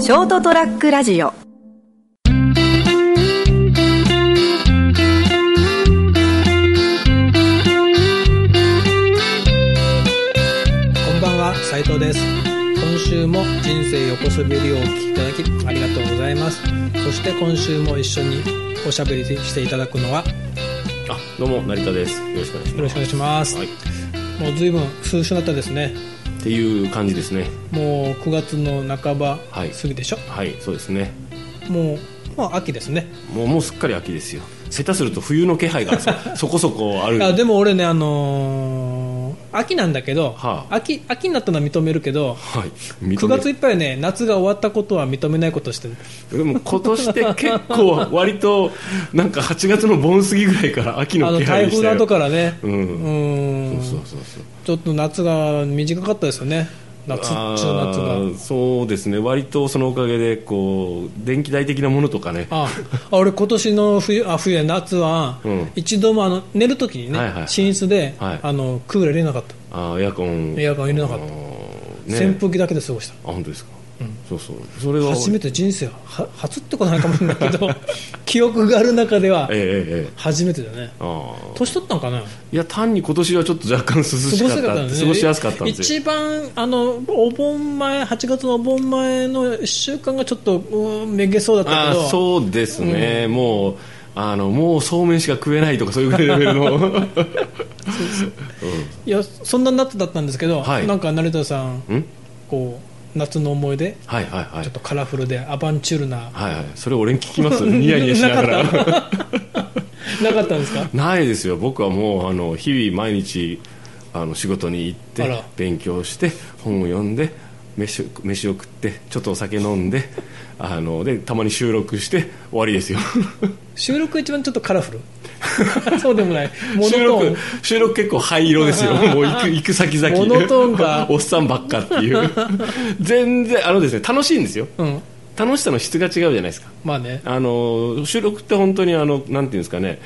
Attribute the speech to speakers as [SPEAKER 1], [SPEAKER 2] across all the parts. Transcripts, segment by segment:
[SPEAKER 1] ショートトラックラジオ
[SPEAKER 2] こんばんは、斉藤です。今週も人生横滑りをお聞きいただきありがとうございます。そして今週も一緒におしゃべりしていただくのは
[SPEAKER 3] あ、どうも成田です。よろしくお願いします。
[SPEAKER 2] よろしくお願いします
[SPEAKER 3] はい。っ
[SPEAKER 2] もう随分数週だったですね。
[SPEAKER 3] ていう感じですね。
[SPEAKER 2] もう9月の半ば
[SPEAKER 3] はい
[SPEAKER 2] 過ぎでしょ。
[SPEAKER 3] はい、そうですね。
[SPEAKER 2] もうもう秋ですね。
[SPEAKER 3] もうもうすっかり秋ですよ。下手すると冬の気配がさそこ そこある。
[SPEAKER 2] あでも俺ねあのー秋なんだけど、
[SPEAKER 3] はあ
[SPEAKER 2] 秋秋になったのは認めるけど。
[SPEAKER 3] はい。
[SPEAKER 2] 9
[SPEAKER 3] 9
[SPEAKER 2] 月いっぱいね夏が終わったことは認めないことしてる
[SPEAKER 3] でも今年って結構割となんか8月の盆過ぎぐらいから秋
[SPEAKER 2] あ
[SPEAKER 3] の
[SPEAKER 2] の
[SPEAKER 3] 気配
[SPEAKER 2] 台
[SPEAKER 3] でし
[SPEAKER 2] 風な
[SPEAKER 3] たよ。
[SPEAKER 2] どからね
[SPEAKER 3] うん
[SPEAKER 2] うん
[SPEAKER 3] そうそうそう
[SPEAKER 2] ちょっと夏が短かったですよね夏
[SPEAKER 3] あ
[SPEAKER 2] 中夏が
[SPEAKER 3] ーそうですね割とそのおかげでこう電気代的なものとかね
[SPEAKER 2] ああ俺今年の冬あ冬や夏は、
[SPEAKER 3] うん
[SPEAKER 2] 一度もあの寝るときにね、
[SPEAKER 3] はいはいはい
[SPEAKER 2] 寝室で、
[SPEAKER 3] はい
[SPEAKER 2] あのクーラー入れなかっ
[SPEAKER 3] あーエアコン
[SPEAKER 2] エアコン入れなかった
[SPEAKER 3] あーね
[SPEAKER 2] た扇風機だけで過ごした
[SPEAKER 3] あ本当ですか、そうそうそれは
[SPEAKER 2] 初めて人生は初ってことないかもしれないけ ど記憶がある中では
[SPEAKER 3] ええええええ
[SPEAKER 2] 初めてだね
[SPEAKER 3] ああ
[SPEAKER 2] 年取ったんかない
[SPEAKER 3] や単に今年はちょっと若干涼しかったって過ごしやすかったんですよ
[SPEAKER 2] 一番あのお盆前8月のお盆前の1週間がちょっとうんめげそうだった
[SPEAKER 3] あ
[SPEAKER 2] けど
[SPEAKER 3] ーそうですね、もうあのもうそうめんしか食えないとかそういうレベ ルのうん
[SPEAKER 2] いやそんな夏だったんですけど、
[SPEAKER 3] はい
[SPEAKER 2] なんか成田さん
[SPEAKER 3] うん
[SPEAKER 2] こう夏の思い出
[SPEAKER 3] はいはいはい
[SPEAKER 2] ちょっとカラフルでアバンチュールな、
[SPEAKER 3] はいはいそれ俺に聞きますニヤニヤしなが ら
[SPEAKER 2] なかなかったんですか
[SPEAKER 3] ないですよ僕はもうあの日々毎日あの仕事に行っ
[SPEAKER 2] あ
[SPEAKER 3] て
[SPEAKER 2] ら
[SPEAKER 3] 勉強して本を読んで飯を飯を食ってちょっとお酒飲んであのでたまに収録して終わりですよ
[SPEAKER 2] 収録一番ちょっとカラフ ルそうでもないモノ
[SPEAKER 3] 収
[SPEAKER 2] トーン
[SPEAKER 3] 録収録結構灰 色ですよもう行く行く先々
[SPEAKER 2] モノトーンが
[SPEAKER 3] おっさんばっかっていう全然あのですね楽しいんですよ
[SPEAKER 2] うん
[SPEAKER 3] 楽しさの質が違うじゃないですか
[SPEAKER 2] まあね
[SPEAKER 3] あの収録って本当にあのなんていうんですかね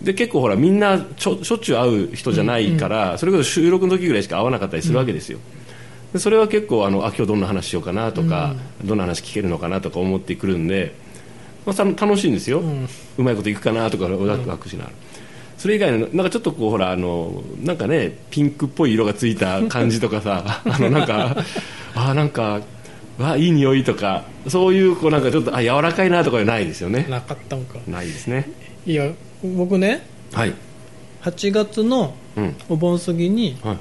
[SPEAKER 3] で結構ほらみんなちょしょっちゅう会う人じゃないから、それこそ収録の時ぐらいしか会わなかったりするわけですよ、でそれは結構あのあ今日どんな話しようかなとか、どんな話聞けるのかなとか思ってくるんで、まあ、さ楽しいんですよ、うまいこといくかなとかワクワクしながら。それ以外のなんかちょっとこうほらあのなんかねピンクっぽい色がついた感じとかさ あのなんかあーなんかわいい匂いとかそういうこうなんかちょっとあ柔らかいなとかはないですよね
[SPEAKER 2] なかったんか
[SPEAKER 3] ないですね
[SPEAKER 2] いや僕ね
[SPEAKER 3] はい、
[SPEAKER 2] 8月の
[SPEAKER 3] うん、はい
[SPEAKER 2] お盆過ぎに、
[SPEAKER 3] はい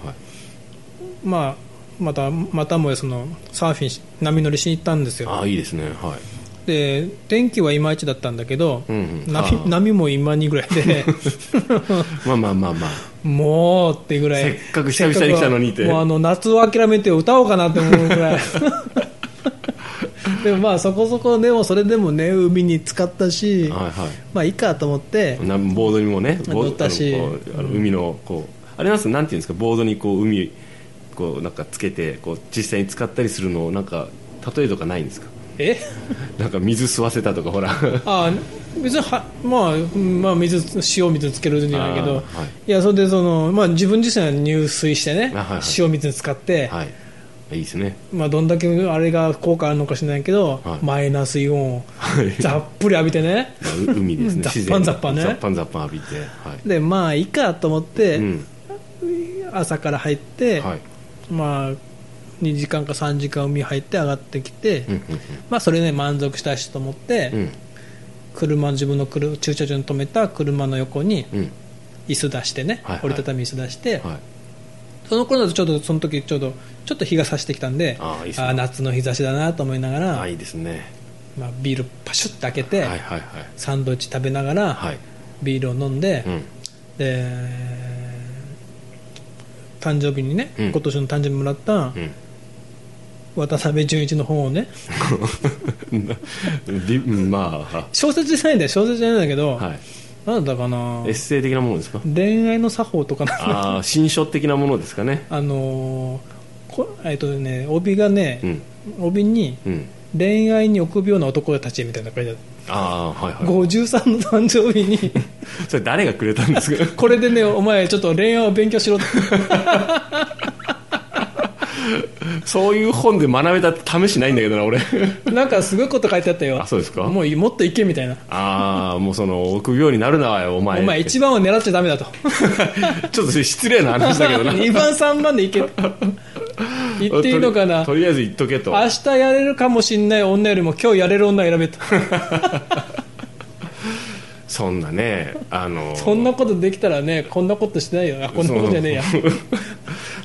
[SPEAKER 2] まあ、またまたもやそのサーフィンし波乗りしに行ったんですよ
[SPEAKER 3] ああいいですねはい
[SPEAKER 2] で天気はいまいちだったんだけど、
[SPEAKER 3] うんうんあ
[SPEAKER 2] 波
[SPEAKER 3] ー
[SPEAKER 2] 波も今にぐらい で
[SPEAKER 3] まあまあまあまあ
[SPEAKER 2] もうってぐらい
[SPEAKER 3] せっかく久々に来たのにって
[SPEAKER 2] せっかくはもうあの夏を諦めて歌おうかなって思うぐ らいでもまあそこそこでもそれでもね海に浸かったし、
[SPEAKER 3] はいは
[SPEAKER 2] まあいいかと思って
[SPEAKER 3] いなボードにもねボー
[SPEAKER 2] 乗ったし
[SPEAKER 3] あのこうあの海のこうあれなんですなんていうんですかボードにこう海こうなんかつけてこう実際に使ったりするのをなんか例えとかないんですか
[SPEAKER 2] え
[SPEAKER 3] なんか水吸わせたとかほら
[SPEAKER 2] ああ別には、まあうんまあ、水塩水つけるんじゃないけど、
[SPEAKER 3] あーはい
[SPEAKER 2] い、やそれでその、まあ、自分自身は入水してね、
[SPEAKER 3] あはいはい
[SPEAKER 2] 塩水に使って、
[SPEAKER 3] はいいいですね
[SPEAKER 2] まあ、どんだけあれが効果あるのか知らないけど、
[SPEAKER 3] はい
[SPEAKER 2] マイナスイオンを
[SPEAKER 3] はい
[SPEAKER 2] ざっぷり浴びてね
[SPEAKER 3] まあう海ですね
[SPEAKER 2] ザッ
[SPEAKER 3] 自
[SPEAKER 2] パン
[SPEAKER 3] 然
[SPEAKER 2] ザッパンね
[SPEAKER 3] ザッパンザッパン浴びてはい
[SPEAKER 2] でまあいいかと思って、
[SPEAKER 3] うん
[SPEAKER 2] 朝から入って、
[SPEAKER 3] はい
[SPEAKER 2] まあ、2時間か3時間海入って上がってきて、
[SPEAKER 3] うん
[SPEAKER 2] まあ、それね満足したしと思って、
[SPEAKER 3] うん
[SPEAKER 2] 車自分の車駐車場に止めた車の横に
[SPEAKER 3] うんうん
[SPEAKER 2] 椅子出してね、
[SPEAKER 3] はいはい
[SPEAKER 2] 折りたたみ椅子出して、
[SPEAKER 3] はい
[SPEAKER 2] その頃だとちょうどその時ちょうどちょっと日が差してきたんで
[SPEAKER 3] あーいいっすね
[SPEAKER 2] あー夏の日差しだなと思いながら、
[SPEAKER 3] あいいですね
[SPEAKER 2] まあ、ビールパシュッと開けて、
[SPEAKER 3] はいはいはい
[SPEAKER 2] サンドイッチ食べながら、
[SPEAKER 3] はい
[SPEAKER 2] ビールを飲んで、
[SPEAKER 3] うん
[SPEAKER 2] で誕生日にね、
[SPEAKER 3] うん
[SPEAKER 2] 今年の誕生日もらった渡辺淳一の本をね
[SPEAKER 3] うん びうんまあ
[SPEAKER 2] 小説じゃないんだよ小説じゃないんだけど、
[SPEAKER 3] はい
[SPEAKER 2] なんだったかな
[SPEAKER 3] エッセイ的なものですか
[SPEAKER 2] 恋愛の作法とかな
[SPEAKER 3] ああ新書的なものですかね
[SPEAKER 2] あのーこえっとね帯がね
[SPEAKER 3] う、ん
[SPEAKER 2] 帯に
[SPEAKER 3] うん
[SPEAKER 2] 恋愛に臆病な男たちみたいなの書いてある
[SPEAKER 3] ああーはいはい
[SPEAKER 2] 53の誕生日 に
[SPEAKER 3] それ誰がくれた んですか
[SPEAKER 2] これでねお前ちょっと恋愛を勉強しろって
[SPEAKER 3] そういう本で学べたって試しないんだけどな俺
[SPEAKER 2] なんかすごいこと書いてあったよ
[SPEAKER 3] あそうですか
[SPEAKER 2] もういもっといけみたいな
[SPEAKER 3] ああもうその臆病になるなよお前
[SPEAKER 2] お前
[SPEAKER 3] ち
[SPEAKER 2] 一番を狙っちゃダメだと
[SPEAKER 3] ょっとそれ失礼な話だけ どな
[SPEAKER 2] 2番3番でい け言っていいのかな
[SPEAKER 3] とりあえず言っとけと
[SPEAKER 2] 明日やれるかもしんない女よりも今日やれる女選 べと
[SPEAKER 3] そんなねあの
[SPEAKER 2] そんなことできたらねこんなことしてないよなこんなことじゃねえや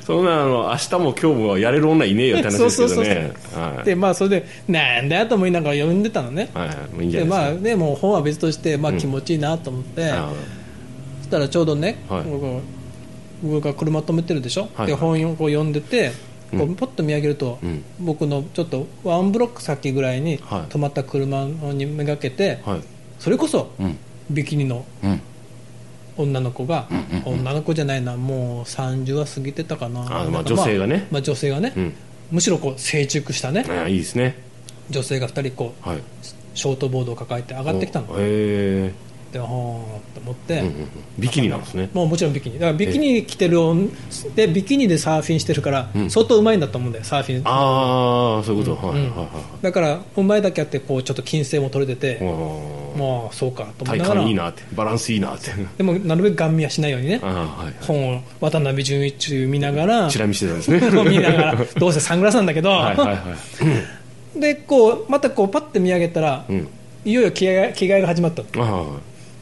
[SPEAKER 3] そんなあの明日も今日もやれる女いねえよって話ですけどねはい
[SPEAKER 2] でまあそれでなんだよと思いながら読んでたのね
[SPEAKER 3] はいもういいんじゃ
[SPEAKER 2] で
[SPEAKER 3] な
[SPEAKER 2] ま
[SPEAKER 3] い
[SPEAKER 2] あ
[SPEAKER 3] です
[SPEAKER 2] でもう本は別として、まあ、気持ちいいなと思って、
[SPEAKER 3] かあ
[SPEAKER 2] そしたらちょうどね、
[SPEAKER 3] はい
[SPEAKER 2] 僕が僕が車止めてるでしょ、
[SPEAKER 3] はい
[SPEAKER 2] で本をこう読んでて、
[SPEAKER 3] うん
[SPEAKER 2] こうポッと見上げると、
[SPEAKER 3] うん
[SPEAKER 2] 僕のちょっとワンブロック先ぐらいに
[SPEAKER 3] はい
[SPEAKER 2] 止まった車にめがけて、
[SPEAKER 3] あはい
[SPEAKER 2] それこそ
[SPEAKER 3] うん
[SPEAKER 2] ビキニの
[SPEAKER 3] うん
[SPEAKER 2] 女の子が、
[SPEAKER 3] うんうんうん
[SPEAKER 2] 女の子じゃないなもう30は過ぎてたかな
[SPEAKER 3] あ
[SPEAKER 2] なん
[SPEAKER 3] まあ
[SPEAKER 2] か
[SPEAKER 3] 女性がね
[SPEAKER 2] まあ、女性がね、
[SPEAKER 3] うん
[SPEAKER 2] むしろこう成熟したね
[SPEAKER 3] あいいですね
[SPEAKER 2] 女性が2人こう
[SPEAKER 3] はい
[SPEAKER 2] ショートボードを抱えて上がってきたの
[SPEAKER 3] おへ
[SPEAKER 2] でほーんと思って、
[SPEAKER 3] えうんうんうんビキニなんですね
[SPEAKER 2] もうもちろんビキニだからビキニ着てる女でビキニでサーフィンしてるから
[SPEAKER 3] うん
[SPEAKER 2] 相当うまいんだと思うんだよサーフィン
[SPEAKER 3] ああそういうこと、はい
[SPEAKER 2] うん
[SPEAKER 3] はいはいはい
[SPEAKER 2] だからうまいだけあってこうちょっと金星も取れてて
[SPEAKER 3] おー
[SPEAKER 2] まあそうかと思いな
[SPEAKER 3] 体
[SPEAKER 2] がら
[SPEAKER 3] 感いいなってバランスいいなって
[SPEAKER 2] でもなるべくガン見はしないようにね
[SPEAKER 3] ああはいは
[SPEAKER 2] 本を渡辺淳一中見ながら
[SPEAKER 3] いチラ見してたんです ね
[SPEAKER 2] 本を見ながらどうせサングラスなんだけど、
[SPEAKER 3] はいはいはい
[SPEAKER 2] でこうまたこうパッて見上げたら、
[SPEAKER 3] うん
[SPEAKER 2] いよいよ着替え着替えが始まったの
[SPEAKER 3] ああはい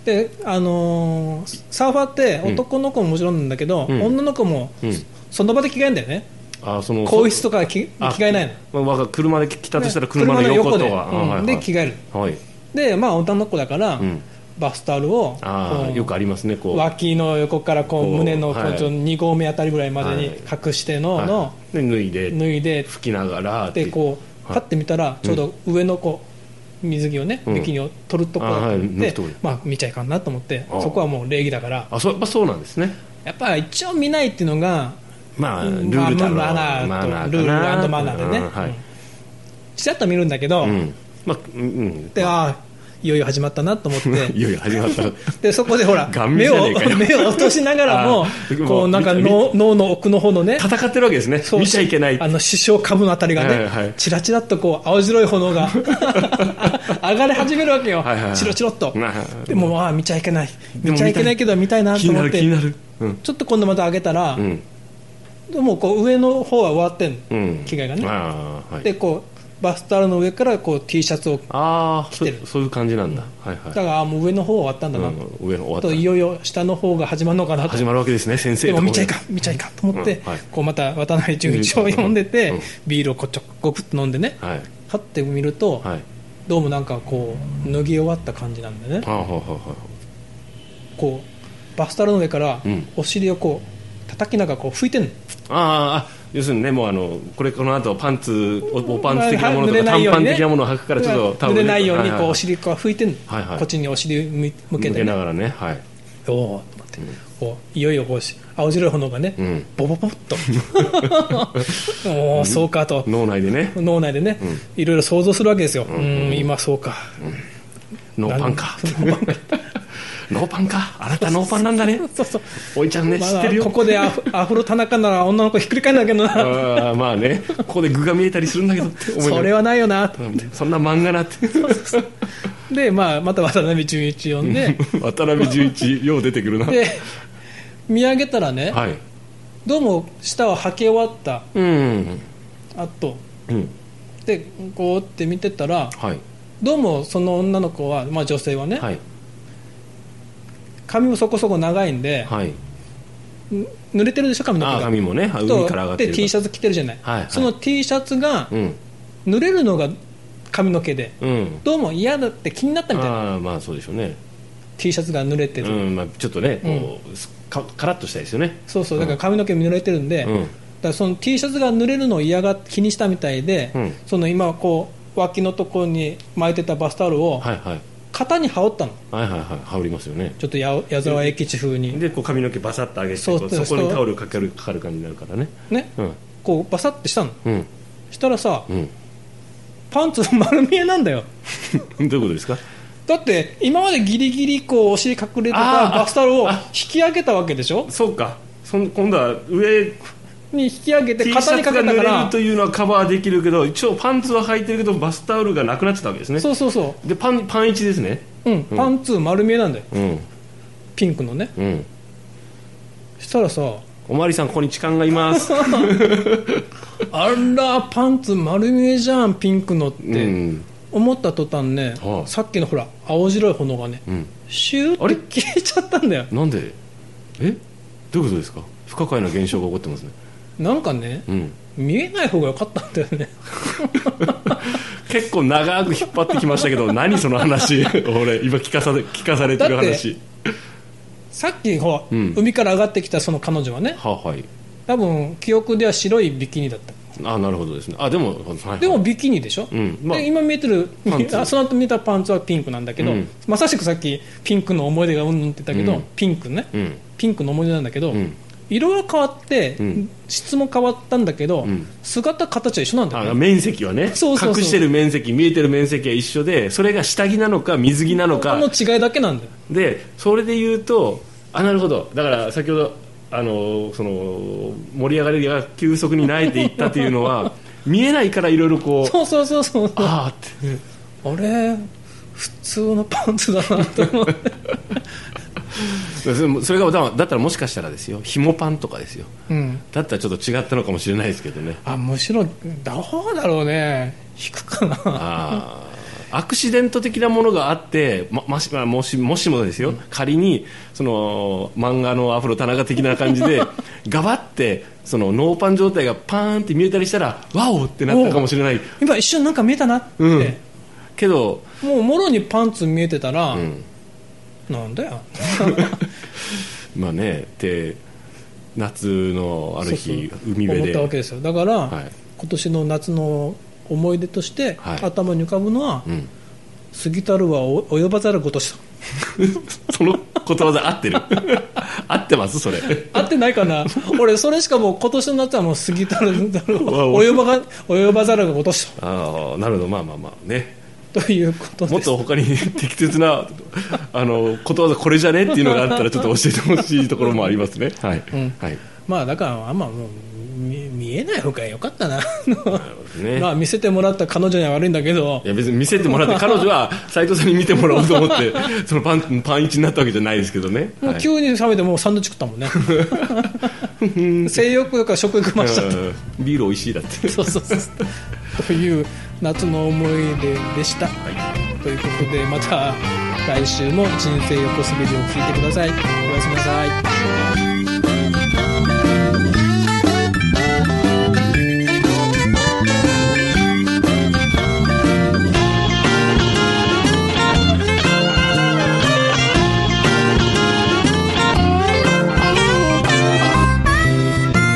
[SPEAKER 2] であのーサーファーって男の子ももちろんなんだけど、
[SPEAKER 3] うん
[SPEAKER 2] 女の子も
[SPEAKER 3] うん
[SPEAKER 2] その場で着替えんだよね、
[SPEAKER 3] あーその
[SPEAKER 2] 更衣室とか着着
[SPEAKER 3] あ
[SPEAKER 2] 替えないの、
[SPEAKER 3] まあわか、車で来たとしたら
[SPEAKER 2] ね
[SPEAKER 3] 車の横とか、
[SPEAKER 2] で,うん、
[SPEAKER 3] あはい
[SPEAKER 2] で
[SPEAKER 3] はい
[SPEAKER 2] 着替える
[SPEAKER 3] はい
[SPEAKER 2] でまあ女の子だから、
[SPEAKER 3] うん
[SPEAKER 2] バスタオルを
[SPEAKER 3] あ
[SPEAKER 2] こ
[SPEAKER 3] あ
[SPEAKER 2] う
[SPEAKER 3] よくありますねこう
[SPEAKER 2] 脇の横からこう
[SPEAKER 3] こう
[SPEAKER 2] 胸のこ
[SPEAKER 3] は
[SPEAKER 2] う
[SPEAKER 3] い
[SPEAKER 2] ちょっと2合目あたりぐらいまでに
[SPEAKER 3] はい
[SPEAKER 2] 隠しての,、
[SPEAKER 3] はい
[SPEAKER 2] の
[SPEAKER 3] で脱いで
[SPEAKER 2] 脱いで
[SPEAKER 3] 拭きながらって
[SPEAKER 2] でこう
[SPEAKER 3] は
[SPEAKER 2] パッ
[SPEAKER 3] い
[SPEAKER 2] て見たらちょうど上のこう水着をね
[SPEAKER 3] うん
[SPEAKER 2] ビキニを取るとこだった
[SPEAKER 3] あはい
[SPEAKER 2] んで、
[SPEAKER 3] 脱ぐとこ
[SPEAKER 2] まあ、見ちゃいかんなと思って
[SPEAKER 3] ああ
[SPEAKER 2] そこはもう礼儀だから
[SPEAKER 3] あそうやっぱそうなんですね
[SPEAKER 2] やっぱ一応見ないっていうのが
[SPEAKER 3] まあル
[SPEAKER 2] うん
[SPEAKER 3] ールだろう
[SPEAKER 2] まあマナーとルールマナーでね
[SPEAKER 3] うんはい
[SPEAKER 2] ちらっと見るんだけど、
[SPEAKER 3] うんまあうんうん
[SPEAKER 2] でああいよいよ始まったなと思って
[SPEAKER 3] いよいよ始まった
[SPEAKER 2] でそこでほら
[SPEAKER 3] 顔見
[SPEAKER 2] 目
[SPEAKER 3] じゃ
[SPEAKER 2] を
[SPEAKER 3] ねえかよ
[SPEAKER 2] 目を落としながらも
[SPEAKER 3] あー
[SPEAKER 2] こうなんか脳脳の奥の方のね
[SPEAKER 3] 戦ってるわけですね
[SPEAKER 2] そう
[SPEAKER 3] 見ちゃいけない
[SPEAKER 2] あの師匠株のあたりが
[SPEAKER 3] はい
[SPEAKER 2] ね
[SPEAKER 3] はい
[SPEAKER 2] ちらちらっとこう青白い炎 が上がり始めるわけよ
[SPEAKER 3] はいはいはい
[SPEAKER 2] チロチロっと
[SPEAKER 3] はいはい
[SPEAKER 2] でもああ見ちゃいけない
[SPEAKER 3] でも
[SPEAKER 2] 見ちゃいけないけど見たいな
[SPEAKER 3] 気
[SPEAKER 2] と
[SPEAKER 3] に
[SPEAKER 2] 思
[SPEAKER 3] な
[SPEAKER 2] っ
[SPEAKER 3] る気
[SPEAKER 2] て
[SPEAKER 3] になるうん
[SPEAKER 2] ちょっと今度また上げたら
[SPEAKER 3] うん
[SPEAKER 2] もうこう上の方は終わってん
[SPEAKER 3] うん
[SPEAKER 2] 着替えがね
[SPEAKER 3] ああはい
[SPEAKER 2] でこうバスタオルの上からこう T シャツを
[SPEAKER 3] ああ
[SPEAKER 2] てる
[SPEAKER 3] そそういう感じなんだはい
[SPEAKER 2] だ
[SPEAKER 3] は
[SPEAKER 2] か
[SPEAKER 3] い
[SPEAKER 2] らあーもう上の方終わったんだな
[SPEAKER 3] うん上の終
[SPEAKER 2] と
[SPEAKER 3] わっ
[SPEAKER 2] いよいよ下の方が始まるのかな
[SPEAKER 3] た
[SPEAKER 2] と
[SPEAKER 3] 始まるわけですね先生
[SPEAKER 2] でも
[SPEAKER 3] と
[SPEAKER 2] 見ちゃいかん見ちゃいかんと思って、
[SPEAKER 3] うんはい
[SPEAKER 2] こうまた渡辺淳一を呼んでて、
[SPEAKER 3] うん
[SPEAKER 2] ビールをこちょごくっと飲んでね
[SPEAKER 3] はい
[SPEAKER 2] 立ってみると、
[SPEAKER 3] はい
[SPEAKER 2] どうもなんかこう脱ぎ終わった感じなんでね
[SPEAKER 3] はあはあはあは
[SPEAKER 2] こうバスタオルの上から
[SPEAKER 3] うん
[SPEAKER 2] お尻をこう叩きながらこう拭いてんの、
[SPEAKER 3] あああ要するにねもうあのこれこの後パンツおおパンツ的なもの
[SPEAKER 2] 濡
[SPEAKER 3] と
[SPEAKER 2] れ
[SPEAKER 3] か
[SPEAKER 2] ない
[SPEAKER 3] 短
[SPEAKER 2] よう
[SPEAKER 3] パ
[SPEAKER 2] に
[SPEAKER 3] ン
[SPEAKER 2] ね
[SPEAKER 3] 的なものを履くからちょっとタオ
[SPEAKER 2] 濡
[SPEAKER 3] ル
[SPEAKER 2] れないように
[SPEAKER 3] は
[SPEAKER 2] こう
[SPEAKER 3] は
[SPEAKER 2] お尻こう拭いてんの、
[SPEAKER 3] はいはい
[SPEAKER 2] こっちにお尻向い向け
[SPEAKER 3] 向
[SPEAKER 2] て
[SPEAKER 3] け
[SPEAKER 2] ね
[SPEAKER 3] ながらねはい
[SPEAKER 2] おおーと思って、こういよいよこうし青白い炎がね、
[SPEAKER 3] うん
[SPEAKER 2] ボボボッと おおそうかと
[SPEAKER 3] 脳内でね
[SPEAKER 2] 脳内でね、いろいろ想像するわけですよ、うーん、今そうか、
[SPEAKER 3] ノーパンかノーパンかあなたノーパンなんだね
[SPEAKER 2] そうそう、
[SPEAKER 3] おいちゃんね
[SPEAKER 2] ま
[SPEAKER 3] 知っ
[SPEAKER 2] あ
[SPEAKER 3] てる、よ
[SPEAKER 2] ここでアフアフロ田中なら女の子ひっくり返るんだけどな、
[SPEAKER 3] ああまあねここで具が見えたりするんだけどって思いな
[SPEAKER 2] そ
[SPEAKER 3] が
[SPEAKER 2] れ
[SPEAKER 3] ら
[SPEAKER 2] はないよな、
[SPEAKER 3] うんそんな漫画なって
[SPEAKER 2] で、まあ、また渡辺淳一呼んで、
[SPEAKER 3] 渡辺淳一よう出てくるな
[SPEAKER 2] で、見上げたらね、
[SPEAKER 3] はい
[SPEAKER 2] どうも舌を吐き終わった
[SPEAKER 3] うん
[SPEAKER 2] あと、
[SPEAKER 3] うん
[SPEAKER 2] で、こうって見てたら、
[SPEAKER 3] はい
[SPEAKER 2] どうもその女の子は、まあ女性はね、
[SPEAKER 3] はい
[SPEAKER 2] 髪もそこそこ長いんで、
[SPEAKER 3] はい
[SPEAKER 2] 濡れてるでしょ、髪の毛
[SPEAKER 3] ああ
[SPEAKER 2] が。
[SPEAKER 3] 髪もねはい
[SPEAKER 2] と
[SPEAKER 3] 海から上がって
[SPEAKER 2] で
[SPEAKER 3] る
[SPEAKER 2] T シ
[SPEAKER 3] ャ
[SPEAKER 2] ャツ着てるじゃない、
[SPEAKER 3] はいはい
[SPEAKER 2] その T シャツが
[SPEAKER 3] うん
[SPEAKER 2] 濡れるのが髪の毛で
[SPEAKER 3] うん
[SPEAKER 2] どうも嫌だって気になったみたいな
[SPEAKER 3] ああまあそうでしょうね
[SPEAKER 2] T シャツが濡れてる、
[SPEAKER 3] うんまあ、ちょっとねこう、すかカラッとしたいですよね
[SPEAKER 2] そうそうだから髪の毛も濡れてるんで、
[SPEAKER 3] うん
[SPEAKER 2] だからその T シャツが濡れるのを嫌が気にしたみたいで、
[SPEAKER 3] うん
[SPEAKER 2] その今こう脇のところに巻いてたバスタオルを
[SPEAKER 3] はいはい
[SPEAKER 2] 肩に羽織ったの
[SPEAKER 3] はいはいはい羽織りますよね
[SPEAKER 2] ちょっとや矢沢永吉風に、
[SPEAKER 3] でこう髪の毛バサッと上げて
[SPEAKER 2] そう
[SPEAKER 3] こう
[SPEAKER 2] そ
[SPEAKER 3] そうこにタオルかかるかかる感じになるからね
[SPEAKER 2] ね
[SPEAKER 3] うん
[SPEAKER 2] こうバサッてしたの
[SPEAKER 3] うん
[SPEAKER 2] したらさ
[SPEAKER 3] う
[SPEAKER 2] パンツ丸見えなんだよ
[SPEAKER 3] ん どういうことですか
[SPEAKER 2] だって今までギリギリこうお尻隠れてた
[SPEAKER 3] あー
[SPEAKER 2] バスタオルを
[SPEAKER 3] あ
[SPEAKER 2] 引き上げたわけでしょ
[SPEAKER 3] そうかそん今度は上
[SPEAKER 2] に引き上げて
[SPEAKER 3] T シ
[SPEAKER 2] 肩
[SPEAKER 3] ャ
[SPEAKER 2] に
[SPEAKER 3] ツ
[SPEAKER 2] か
[SPEAKER 3] が
[SPEAKER 2] けた
[SPEAKER 3] 濡
[SPEAKER 2] か
[SPEAKER 3] れる
[SPEAKER 2] ら
[SPEAKER 3] というのはカバーできるけど一応パンツは履いてるけどバスタオルがなくなっちゃったわけですね
[SPEAKER 2] そうそうそ
[SPEAKER 3] でパンパン一ですね
[SPEAKER 2] う、うん、パンツ丸見えなんだよ
[SPEAKER 3] うん
[SPEAKER 2] ピンクのね
[SPEAKER 3] うん
[SPEAKER 2] したらさ
[SPEAKER 3] おまわりさんここに痴漢がいます
[SPEAKER 2] あらパンツ丸見えじゃんピンクのっ
[SPEAKER 3] う
[SPEAKER 2] て
[SPEAKER 3] ん、
[SPEAKER 2] 思った途端ね、
[SPEAKER 3] はい
[SPEAKER 2] さっきのほら青白い炎がね
[SPEAKER 3] うん、
[SPEAKER 2] シュー
[SPEAKER 3] あ
[SPEAKER 2] っ
[SPEAKER 3] れ
[SPEAKER 2] て消えちゃったんだよ
[SPEAKER 3] なんでえどういうことですか不可解な現象が起こってますね、
[SPEAKER 2] なんかね
[SPEAKER 3] うん、
[SPEAKER 2] 見えない方が良かったんだよ ね
[SPEAKER 3] 結構長く引っ張ってきましたけ ど何その話俺今聞かされ聞かされてる話
[SPEAKER 2] さっきほら、
[SPEAKER 3] うん
[SPEAKER 2] 海から上がってきたその彼女はね
[SPEAKER 3] はあはい
[SPEAKER 2] 多分記憶では白いビキニだった
[SPEAKER 3] あなるほどですねあでも、はいはい
[SPEAKER 2] でもビキニでしょ、
[SPEAKER 3] うんまあ
[SPEAKER 2] で今見えてる
[SPEAKER 3] パンツ
[SPEAKER 2] あその後見たパンツはピンクなんだけど、
[SPEAKER 3] うん
[SPEAKER 2] まさしくさっきピンクの思い出がうんうんって言ったけど、
[SPEAKER 3] うん
[SPEAKER 2] ピンクね
[SPEAKER 3] うん
[SPEAKER 2] ピンクの思い出なんだけど、
[SPEAKER 3] うん
[SPEAKER 2] 色は変わって、
[SPEAKER 3] うん
[SPEAKER 2] 質も変わったんだけど、
[SPEAKER 3] うん
[SPEAKER 2] 姿形は一緒なんだ
[SPEAKER 3] あ
[SPEAKER 2] よね
[SPEAKER 3] 面積はね
[SPEAKER 2] そうそうそう
[SPEAKER 3] 隠してる面積見えてる面積は一緒でそれが下着なのか水着なの
[SPEAKER 2] こ
[SPEAKER 3] か
[SPEAKER 2] の違いだけなんだよ
[SPEAKER 3] でそれで言うとあなるほどだから先ほどあのその盛り上がりが急速に慣れていったというの は見えないからいろいろこう
[SPEAKER 2] そうそうそうそうあ
[SPEAKER 3] ああって
[SPEAKER 2] れ普通のパンツだなと思って
[SPEAKER 3] それそれがだだったらもしかしたらですよ紐パンとかですよ
[SPEAKER 2] うん
[SPEAKER 3] だったらちょっと違ったのかもしれないですけどね
[SPEAKER 2] あむしろどうだろうね引くかな
[SPEAKER 3] ああアクシデント的なものがあってももしまあもしもしもですよ、仮にその漫画のアフロ田中的な感じ でガバってそのノーパン状態がパーンって見えたりしたらワオってなったかもしれない
[SPEAKER 2] 今一瞬なんか見えたなって、
[SPEAKER 3] うんけど、
[SPEAKER 2] もうもろにパンツ見えてたら、
[SPEAKER 3] うん
[SPEAKER 2] なんだよ
[SPEAKER 3] まあねで夏のある日
[SPEAKER 2] そうそう
[SPEAKER 3] 海辺
[SPEAKER 2] 思っ
[SPEAKER 3] で
[SPEAKER 2] たわけですよだから、
[SPEAKER 3] はい
[SPEAKER 2] 今年の夏の思い出として、
[SPEAKER 3] はい
[SPEAKER 2] 頭に浮かぶのは、
[SPEAKER 3] うん、
[SPEAKER 2] 過ぎたるはお及ばざるごとし
[SPEAKER 3] そのことわざ合っ てる合ってますそれ
[SPEAKER 2] と合ってないか な俺それしかもう今年の夏はもう過ぎたるだろう
[SPEAKER 3] わお
[SPEAKER 2] 及ばが及ばざるがごとし
[SPEAKER 3] ああなるほどまあまあまあね
[SPEAKER 2] と ということ
[SPEAKER 3] も
[SPEAKER 2] で
[SPEAKER 3] っ
[SPEAKER 2] す
[SPEAKER 3] と他に適 切なあのことわざこれじゃねっていうのがあったらちょっと教えてほしいところもあります ねはい、
[SPEAKER 2] ん
[SPEAKER 3] はい
[SPEAKER 2] まあだからあんまもう見見えない方がよかったな
[SPEAKER 3] ね
[SPEAKER 2] まあ見せてもらった彼女には悪いんだけど
[SPEAKER 3] いや別に見せてもらって彼女は斎藤さんに見てもらおうと思ってそのパンパン一になったわけじゃないですけどね、
[SPEAKER 2] も
[SPEAKER 3] は
[SPEAKER 2] う
[SPEAKER 3] い
[SPEAKER 2] 急に冷めてもうサンドイッチ食ったもんね 性欲とか食欲増しちゃった
[SPEAKER 3] うんビール美味しいだっ て
[SPEAKER 2] そうそうそうという夏の思い出でした、ということでまた来週も人生横滑りを聞いてくださいおやすみなさい
[SPEAKER 1] ー